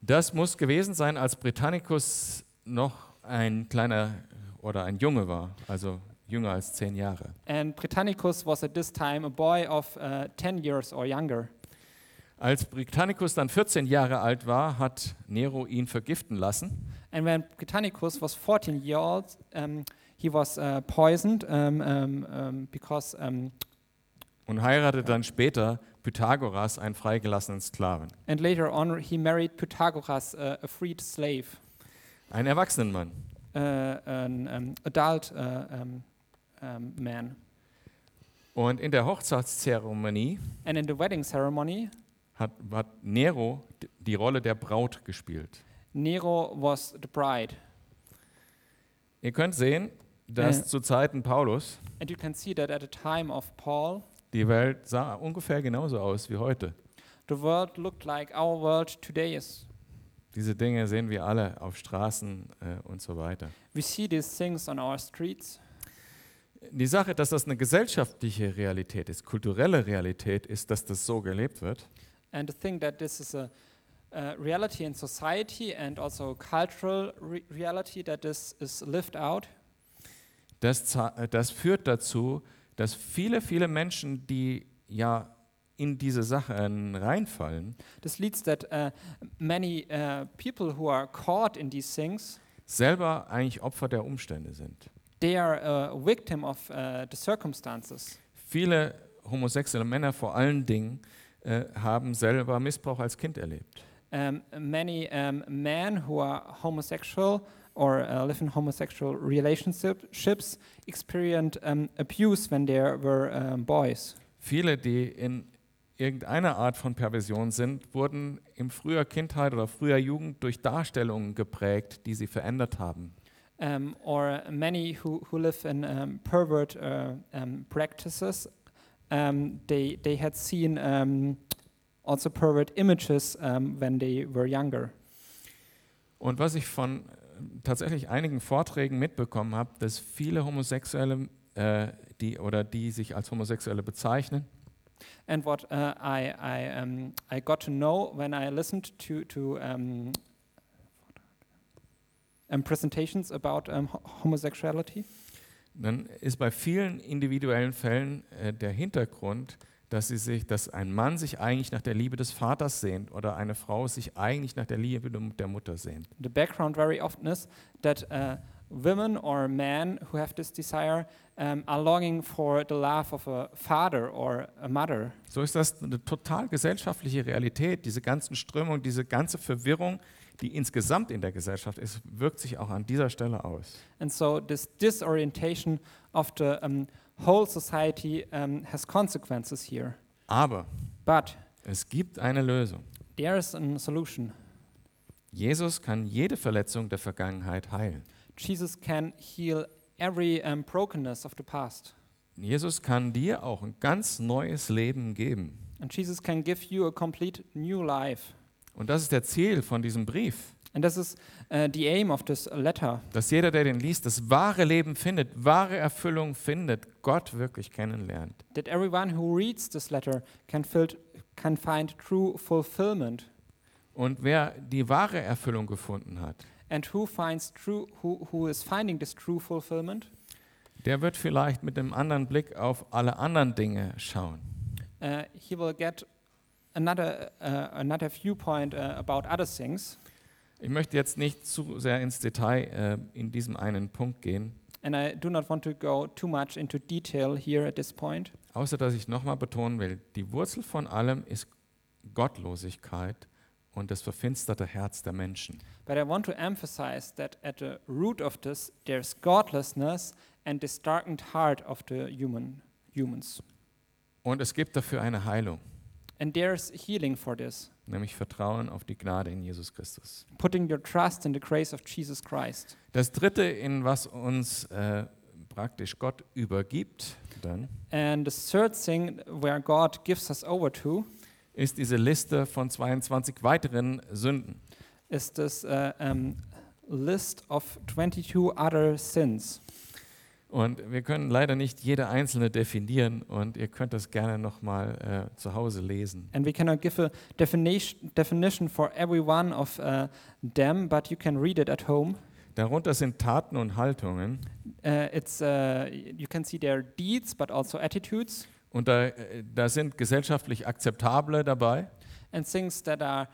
A: das muss gewesen sein, als Britannicus noch ein kleiner oder ein Junge war, also jünger als zehn Jahre.
B: And Britannicus was at this time a boy of uh, 10 years or younger.
A: Als Britannicus dann 14 Jahre alt war, hat Nero ihn vergiften lassen
B: And when Britannicus was 14 years old, um, he was uh, poisoned um, um, um, because um,
A: und heiratet dann später Pythagoras, einen freigelassenen Sklaven.
B: And later on, he married Pythagoras, uh, a freed slave,
A: Ein Erwachsenenmann.
B: uh, an um, adult uh, um, um, man.
A: Und in der Hochzeitszeremonie
B: And in the wedding ceremony,
A: hat, hat Nero d- die Rolle der Braut gespielt.
B: Nero was the bride.
A: Ihr könnt sehen, dass
B: Äh.
A: zu Zeiten Paulus
B: And you can see that at the time of Paul,
A: die Welt sah ungefähr genauso aus wie heute.
B: the world looked like our world today is.
A: Diese Dinge sehen wir alle auf Straßen äh, und so weiter.
B: We see these things on our streets.
A: Die Sache, dass das eine gesellschaftliche Realität ist, kulturelle Realität ist, dass das so gelebt wird,
B: And the thing that this is a uh, reality in society and also a cultural re- reality that this is lived out.
A: das, za- äh, das führt dazu, dass viele, viele Menschen, die ja in diese Sachen reinfallen,
B: This leads that uh, many uh, people who are caught in these things,
A: selber eigentlich Opfer der Umstände sind.
B: they are uh, a victim of uh, the circumstances.
A: Viele homosexuelle Männer vor allen Dingen äh, haben selber Missbrauch als Kind erlebt.
B: Um, many um, men who are homosexual or uh, live in homosexual relationships experience um, abuse when they were um, boys.
A: Viele, die in irgendeiner Art von Perversion sind, wurden in früher Kindheit oder früher Jugend durch Darstellungen geprägt, die sie verändert haben.
B: Um, or many who, who live in um, pervert uh, um, practices, um, they, they had seen um, also pervert images um, when they were younger.
A: Und was ich von äh, tatsächlich einigen Vorträgen mitbekommen habe, dass viele Homosexuelle, äh, die oder die sich als Homosexuelle bezeichnen,
B: And what uh, I I um I got to know when I listened to to um, um, presentations about um, ho- homosexuality.
A: dann ist bei vielen individuellen Fällen äh, der Hintergrund, dass sie sich, dass ein Mann sich eigentlich nach der Liebe des Vaters sehnt oder eine Frau sich eigentlich nach der Liebe der der Mutter sehnt.
B: The background very often is that uh, women or men who have this desire um, are longing for the love of a father or a mother.
A: So ist das eine total gesellschaftliche Realität. Diese ganzen Strömungen, diese ganze Verwirrung, die insgesamt in der Gesellschaft ist, wirkt sich auch an dieser Stelle aus.
B: And so this disorientation of the um, whole society um, has consequences here.
A: Aber
B: But
A: es gibt eine Lösung.
B: there is a solution.
A: Jesus kann jede Verletzung der Vergangenheit heilen.
B: Jesus can heal every um, brokenness of the past.
A: Jesus kann dir auch ein ganz neues Leben geben.
B: And Jesus can give you a complete new life.
A: Und das ist der Ziel von diesem Brief,
B: And this is uh, the aim of this letter
A: dass jeder, der den liest, das wahre Leben findet, wahre Erfüllung findet, Gott wirklich kennenlernt.
B: that everyone who reads this letter can, filled, can find true fulfillment.
A: Und wer die wahre Erfüllung gefunden hat,
B: And who finds true, who, who is finding this true fulfillment,
A: der wird vielleicht mit einem anderen Blick auf alle anderen Dinge schauen.
B: uh, he will get another, uh, another viewpoint uh, about other things.
A: Ich möchte jetzt nicht zu sehr ins Detail äh, in diesem einen Punkt gehen,
B: And I do not want to go too much into detail here at this point.
A: außer dass ich nochmal betonen will, die Wurzel von allem ist Gottlosigkeit und das verfinsterte Herz der Menschen.
B: But I want to emphasize that at the root of this, there's godlessness and this darkened heart of the human humans.
A: Und es gibt dafür eine Heilung,
B: And there's healing for this,
A: nämlich Vertrauen auf die Gnade in Jesus Christus.
B: putting your trust in the grace of Jesus Christ.
A: Das dritte, in was uns äh, praktisch Gott übergibt, dann,
B: And the third thing where God gives us over to
A: ist diese Liste von 22 weiteren Sünden.
B: is this uh, um, list of 22 other sins.
A: Und wir können leider nicht jede einzelne definieren und ihr könnt das gerne nochmal äh, zu Hause lesen.
B: And we cannot give a definition, definition for every one of uh, them, but you can read it at home.
A: Darunter sind Taten und Haltungen
B: Uh, it's uh, you can see their deeds, but also attitudes
A: und da, äh, da sind gesellschaftlich akzeptable dabei
B: and things that are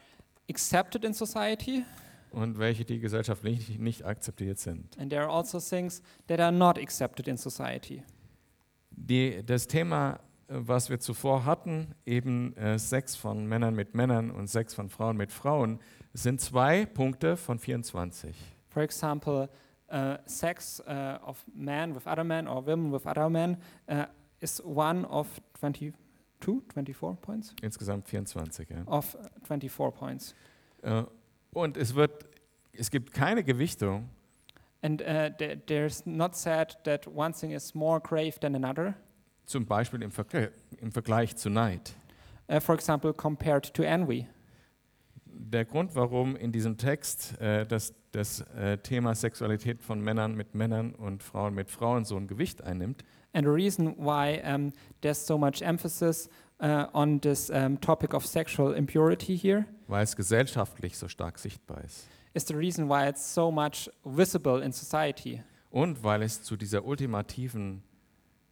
B: accepted in society,
A: und welche, die gesellschaftlich nicht akzeptiert sind.
B: and there are also things that are not accepted in society.
A: Die, das Thema, äh, was wir zuvor hatten, eben äh, Sex von Männern mit Männern und Sex von Frauen mit Frauen, sind zwei Punkte von 24.
B: For example, uh, sex uh, of men with other men or women with other men uh, is one of 22, 24 points
A: Insgesamt 24. Ja.
B: of uh, 24 points,
A: Äh, Und es, wird, es gibt keine Gewichtung,
B: and uh, there- there's not said that one thing is more grave than another.
A: zum Beispiel im, Vergl im Vergleich zu Neid.
B: Uh, for example, compared to envy.
A: Der Grund, warum in diesem Text äh, das, das äh, Thema Sexualität von Männern mit Männern und Frauen mit Frauen so ein Gewicht einnimmt,
B: And the reason why um, there's so much emphasis uh, on this um, topic of sexual impurity here
A: weil es gesellschaftlich so stark sichtbar ist.
B: is the reason why it's so much visible in society
A: Und weil es zu dieser ultimativen,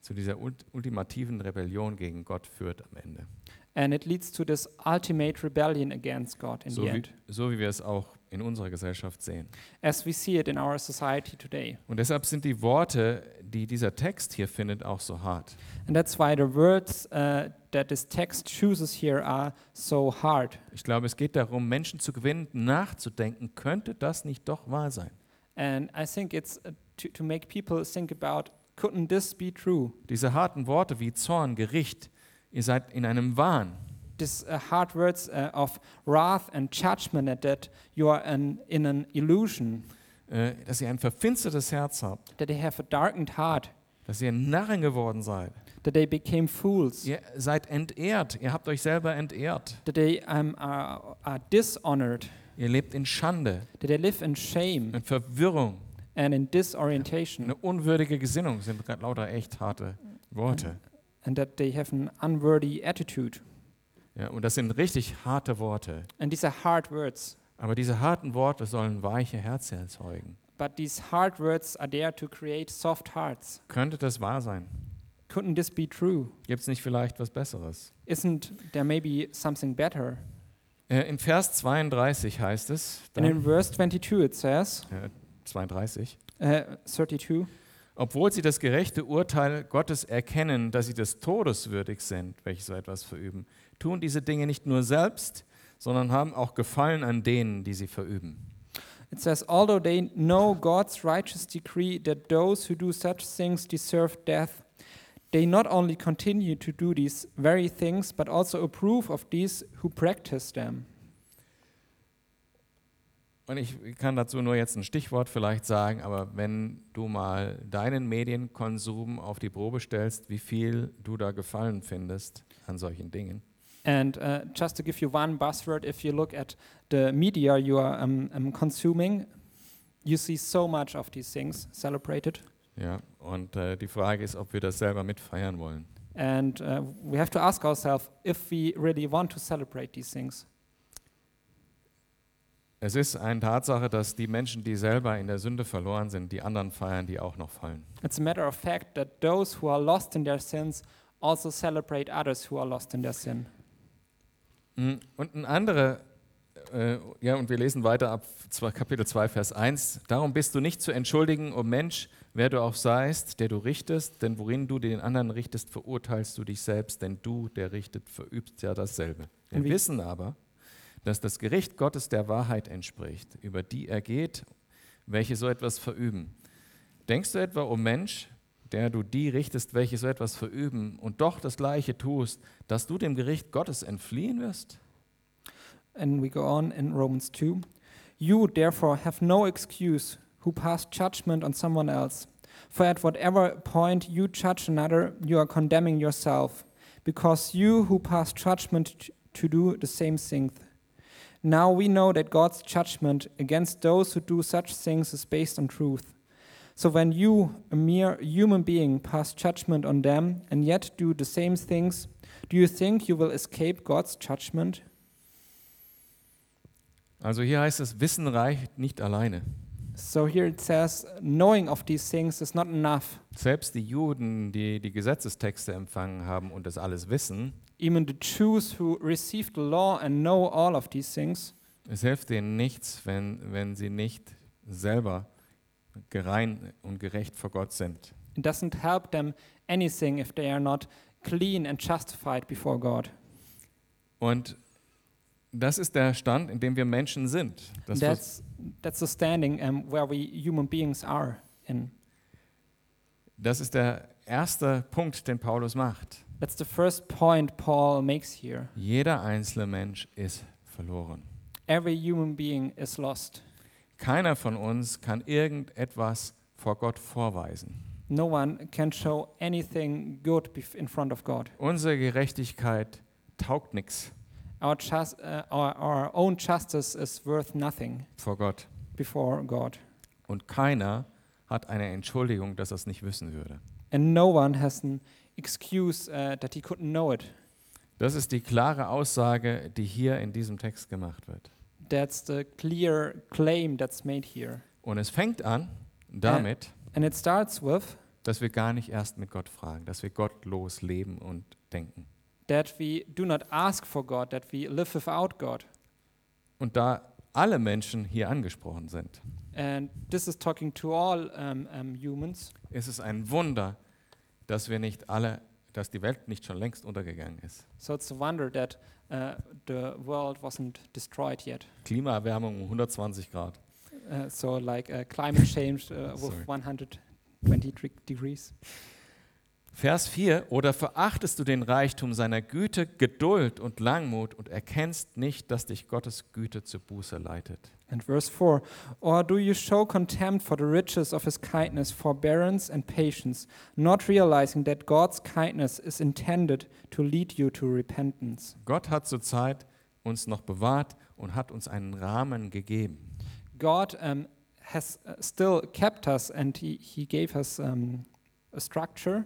A: zu dieser ult ultimativen Rebellion gegen Gott führt am Ende.
B: and it leads to this ultimate rebellion against God in
A: So
B: the
A: wie,
B: end,
A: so wie wir es auch in unserer Gesellschaft sehen.
B: as we see it in our society today.
A: Und deshalb sind die Worte, die dieser Text hier findet, auch so hart.
B: And that's why the words uh, that this text chooses here are so hard.
A: Ich glaube, es geht darum, Menschen zu gewinnen, nachzudenken, könnte das nicht doch wahr sein?
B: And I think it's uh, to, to make people think about couldn't this be true?
A: Diese harten Worte wie Zorn, Gericht, ihr seid in einem Wahn.
B: this uh, hard words uh, of wrath and judgment and that you are an, in an illusion
A: Äh, dass ihr ein verfinstertes Herz habt,
B: that they have a darkened heart
A: dass ihr Narren geworden seid.
B: that they became fools
A: Ihr seid entehrt, ihr habt euch selber entehrt.
B: that they um, are, are dishonored
A: Ihr lebt in Schande,
B: that they live in shame
A: in Verwirrung,
B: and in disorientation
A: eine unwürdige Gesinnung sind grad lauter echt harte Worte.
B: and that they have an unworthy attitude
A: Ja, und das sind richtig harte Worte.
B: and these are hard words
A: Aber diese harten Worte sollen weiche Herzen erzeugen.
B: but these hard words are there to create soft hearts.
A: Könnte das wahr sein?
B: Couldn't this be true?
A: Gibt es nicht vielleicht was Besseres?
B: Isn't there maybe something better?
A: Äh, in Vers 32 heißt es,
B: And in
A: dann,
B: verse 22 it says,
A: äh, 32,
B: uh, 32,
A: Obwohl sie das gerechte Urteil Gottes erkennen, dass sie des Todes würdig sind, welche so etwas verüben, tun diese Dinge nicht nur selbst, sondern haben auch Gefallen an denen, die sie verüben.
B: it says, although they know God's righteous decree that those who do such things deserve death, they not only continue to do these very things, but also approve of these who practice them.
A: Und ich kann dazu nur jetzt ein Stichwort vielleicht sagen, aber wenn du mal deinen Medienkonsum auf die Probe stellst, wie viel du da Gefallen findest an solchen Dingen,
B: And uh, just to give you one buzzword, if you look at the media you are um, um, consuming, you see so much of these things celebrated.
A: ja, und äh, die Frage ist, ob wir das selber mitfeiern wollen.
B: And uh, we have to ask ourselves if we really want to celebrate these things.
A: Es ist eine Tatsache, dass die Menschen, die selber in der Sünde verloren sind, die anderen feiern, die auch noch fallen.
B: It's a matter of fact that those who are lost in their sins also celebrate others who are lost in their sin.
A: Mm, Und ein anderer, äh, ja, und wir lesen weiter ab zwei- Kapitel 2, Vers 1. Darum bist du nicht zu entschuldigen, o Mensch, wer du auch seist, der du richtest, denn worin du den anderen richtest, verurteilst du dich selbst, denn du, der richtet, verübst ja dasselbe. Wir
B: Und wie-
A: wissen aber, dass das Gericht Gottes der Wahrheit entspricht, über die er geht, welche so etwas verüben. Denkst du etwa, o Mensch, der du die richtest, welche so etwas verüben und doch das Gleiche tust, dass du dem Gericht Gottes entfliehen wirst?
B: And we go on in Romans 2. You, therefore, have no excuse who pass judgment on someone else. For at whatever point you judge another, you are condemning yourself, because you who pass judgment t- to do the same thing. Now we know that God's judgment against those who do such things is based on truth. So when you, a mere human being, pass judgment on them and yet do the same things, do you think you will escape God's judgment?
A: Also hier heißt es, Wissen reicht nicht alleine.
B: So here it says, knowing of these things is not enough.
A: Selbst die Juden, die die Gesetzestexte empfangen haben und das alles wissen,
B: Even the Jews who received the law and know all of these things,
A: es hilft denen nichts, wenn, wenn sie nicht selber gerein und gerecht vor Gott sind.
B: it doesn't help them anything if they are not clean and justified before God.
A: Und das ist der Stand, in dem wir Menschen sind. Das vers-
B: that's that's the standing um, where we human beings are in.
A: das ist der erste Punkt, den Paulus macht.
B: That's the first point Paul makes here.
A: Jeder einzelne Mensch ist verloren.
B: Every human being is lost.
A: Keiner von uns kann irgendetwas vor Gott vorweisen.
B: No one can show anything good bef- in front of God.
A: Unsere Gerechtigkeit taugt nichts
B: Our, just, uh, our, our own justice is worth nothing.
A: vor Gott.
B: before God.
A: Und keiner hat eine Entschuldigung, dass er es nicht wissen würde.
B: And no one has an excuse uh, that he couldn't know it.
A: Das ist die klare Aussage, die hier in diesem Text gemacht wird.
B: That's the clear claim that's made here.
A: Und es fängt an damit,
B: And it starts with
A: dass wir gar nicht erst mit Gott fragen, dass wir gottlos leben und denken.
B: that we do not ask for God, that we live without God.
A: Und da alle Menschen hier angesprochen sind,
B: And this is talking to all um, um, humans.
A: ist es ein Wunder, dass wir nicht alle, dass die Welt nicht schon längst untergegangen ist.
B: So it's a wonder that uh, the world wasn't destroyed yet.
A: Klimaerwärmung um 120 Grad.
B: Uh, so, like uh, climate change uh,
A: Sorry.
B: with 120 dre- degrees.
A: Vers 4, oder verachtest du den Reichtum seiner Güte, Geduld und Langmut und erkennst nicht, dass dich Gottes Güte zur Buße leitet?
B: And verse 4 Or do you show contempt for the riches of his kindness, forbearance, and patience, not realizing that God's kindness is intended to lead you to repentance?
A: Gott hat zurzeit uns noch bewahrt und hat uns einen Rahmen gegeben.
B: God um, has uh, still kept us and he, he gave us um, a structure,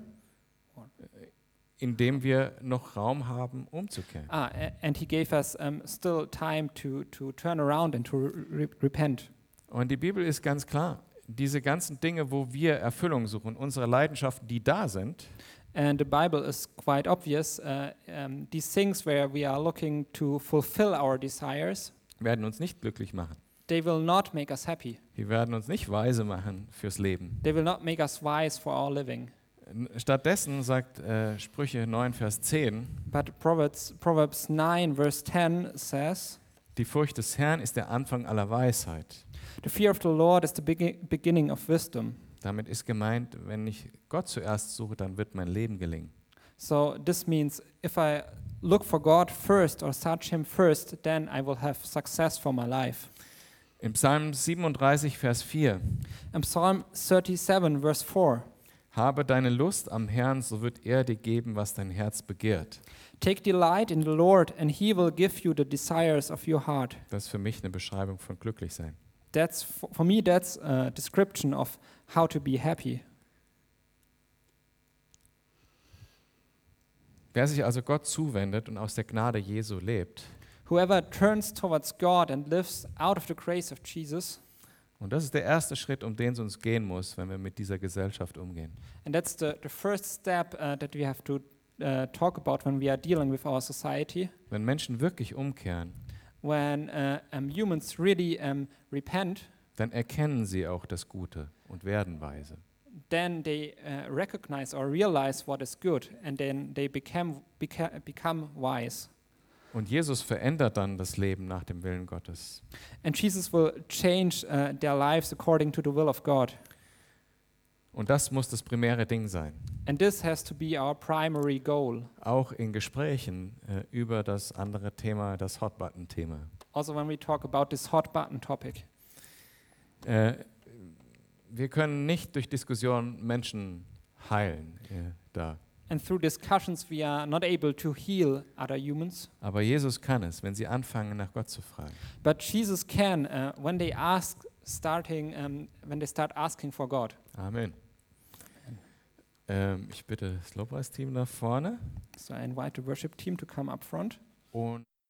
A: in dem wir noch Raum haben, umzukehren.
B: ah, a- and he gave us um, still time to, to turn around and to re- re- repent.
A: Und die Bibel ist ganz klar, diese ganzen Dinge, wo wir Erfüllung suchen, unsere Leidenschaften, die da sind,
B: And the Bible is quite obvious. Uh, um, these things where we are looking to fulfill our desires,
A: werden uns nicht glücklich machen.
B: they will not make us happy.
A: Die werden uns nicht weise machen fürs Leben.
B: They will not make us wise for our living.
A: N- Stattdessen sagt äh, Sprüche 9, Vers 10,
B: But Proverbs, Proverbs 9, verse 10 says,
A: die Furcht des Herrn ist der Anfang aller Weisheit.
B: The fear of the Lord is the begi- beginning of wisdom.
A: Damit ist gemeint, wenn ich Gott zuerst suche, dann wird mein Leben gelingen.
B: So this means if I look for God first or search Him first, then I will have success for my life.
A: Im Psalm 37, Vers 4,
B: And Psalm 37, verse 4
A: habe deine Lust am Herrn, so wird er dir geben, was dein Herz begehrt.
B: Take delight in the Lord, and He will give you the desires of your heart.
A: Das ist für mich eine Beschreibung von glücklich sein.
B: That's for, for me. That's a description of how to be happy.
A: Wer sich also Gott zuwendet und aus der Gnade Jesu lebt,
B: Whoever turns towards God and lives out of the grace of Jesus,
A: und das ist der erste Schritt, um den es uns gehen muss, wenn wir mit dieser Gesellschaft umgehen.
B: and that's the, the first step uh, that we have to uh, talk about when we are dealing with our society.
A: Wenn Menschen wirklich umkehren,
B: When uh, um, humans really um, repent,
A: dann erkennen sie auch das Gute und werden weise.
B: then they uh, recognize or realize what is good, and then they become beca- become wise.
A: Und Jesus verändert dann das Leben nach dem Willen Gottes.
B: And Jesus will change uh, their lives according to the will of God.
A: Und das muss das primäre Ding sein.
B: And this has to be our primary goal.
A: Auch in Gesprächen äh, über das andere Thema, das Hotbutton-Thema.
B: also when we talk about this hot button topic.
A: Äh, wir können nicht durch Diskussion Menschen heilen äh, da.
B: And through discussions, we are not able to heal other humans.
A: Aber Jesus kann es, wenn sie anfangen, nach Gott zu fragen.
B: But Jesus can uh, when they ask, starting um, when they start asking for God.
A: Amen. Ähm, ich bitte das Lobpreisteam nach vorne
B: So I invite the worship team to come up front.
A: und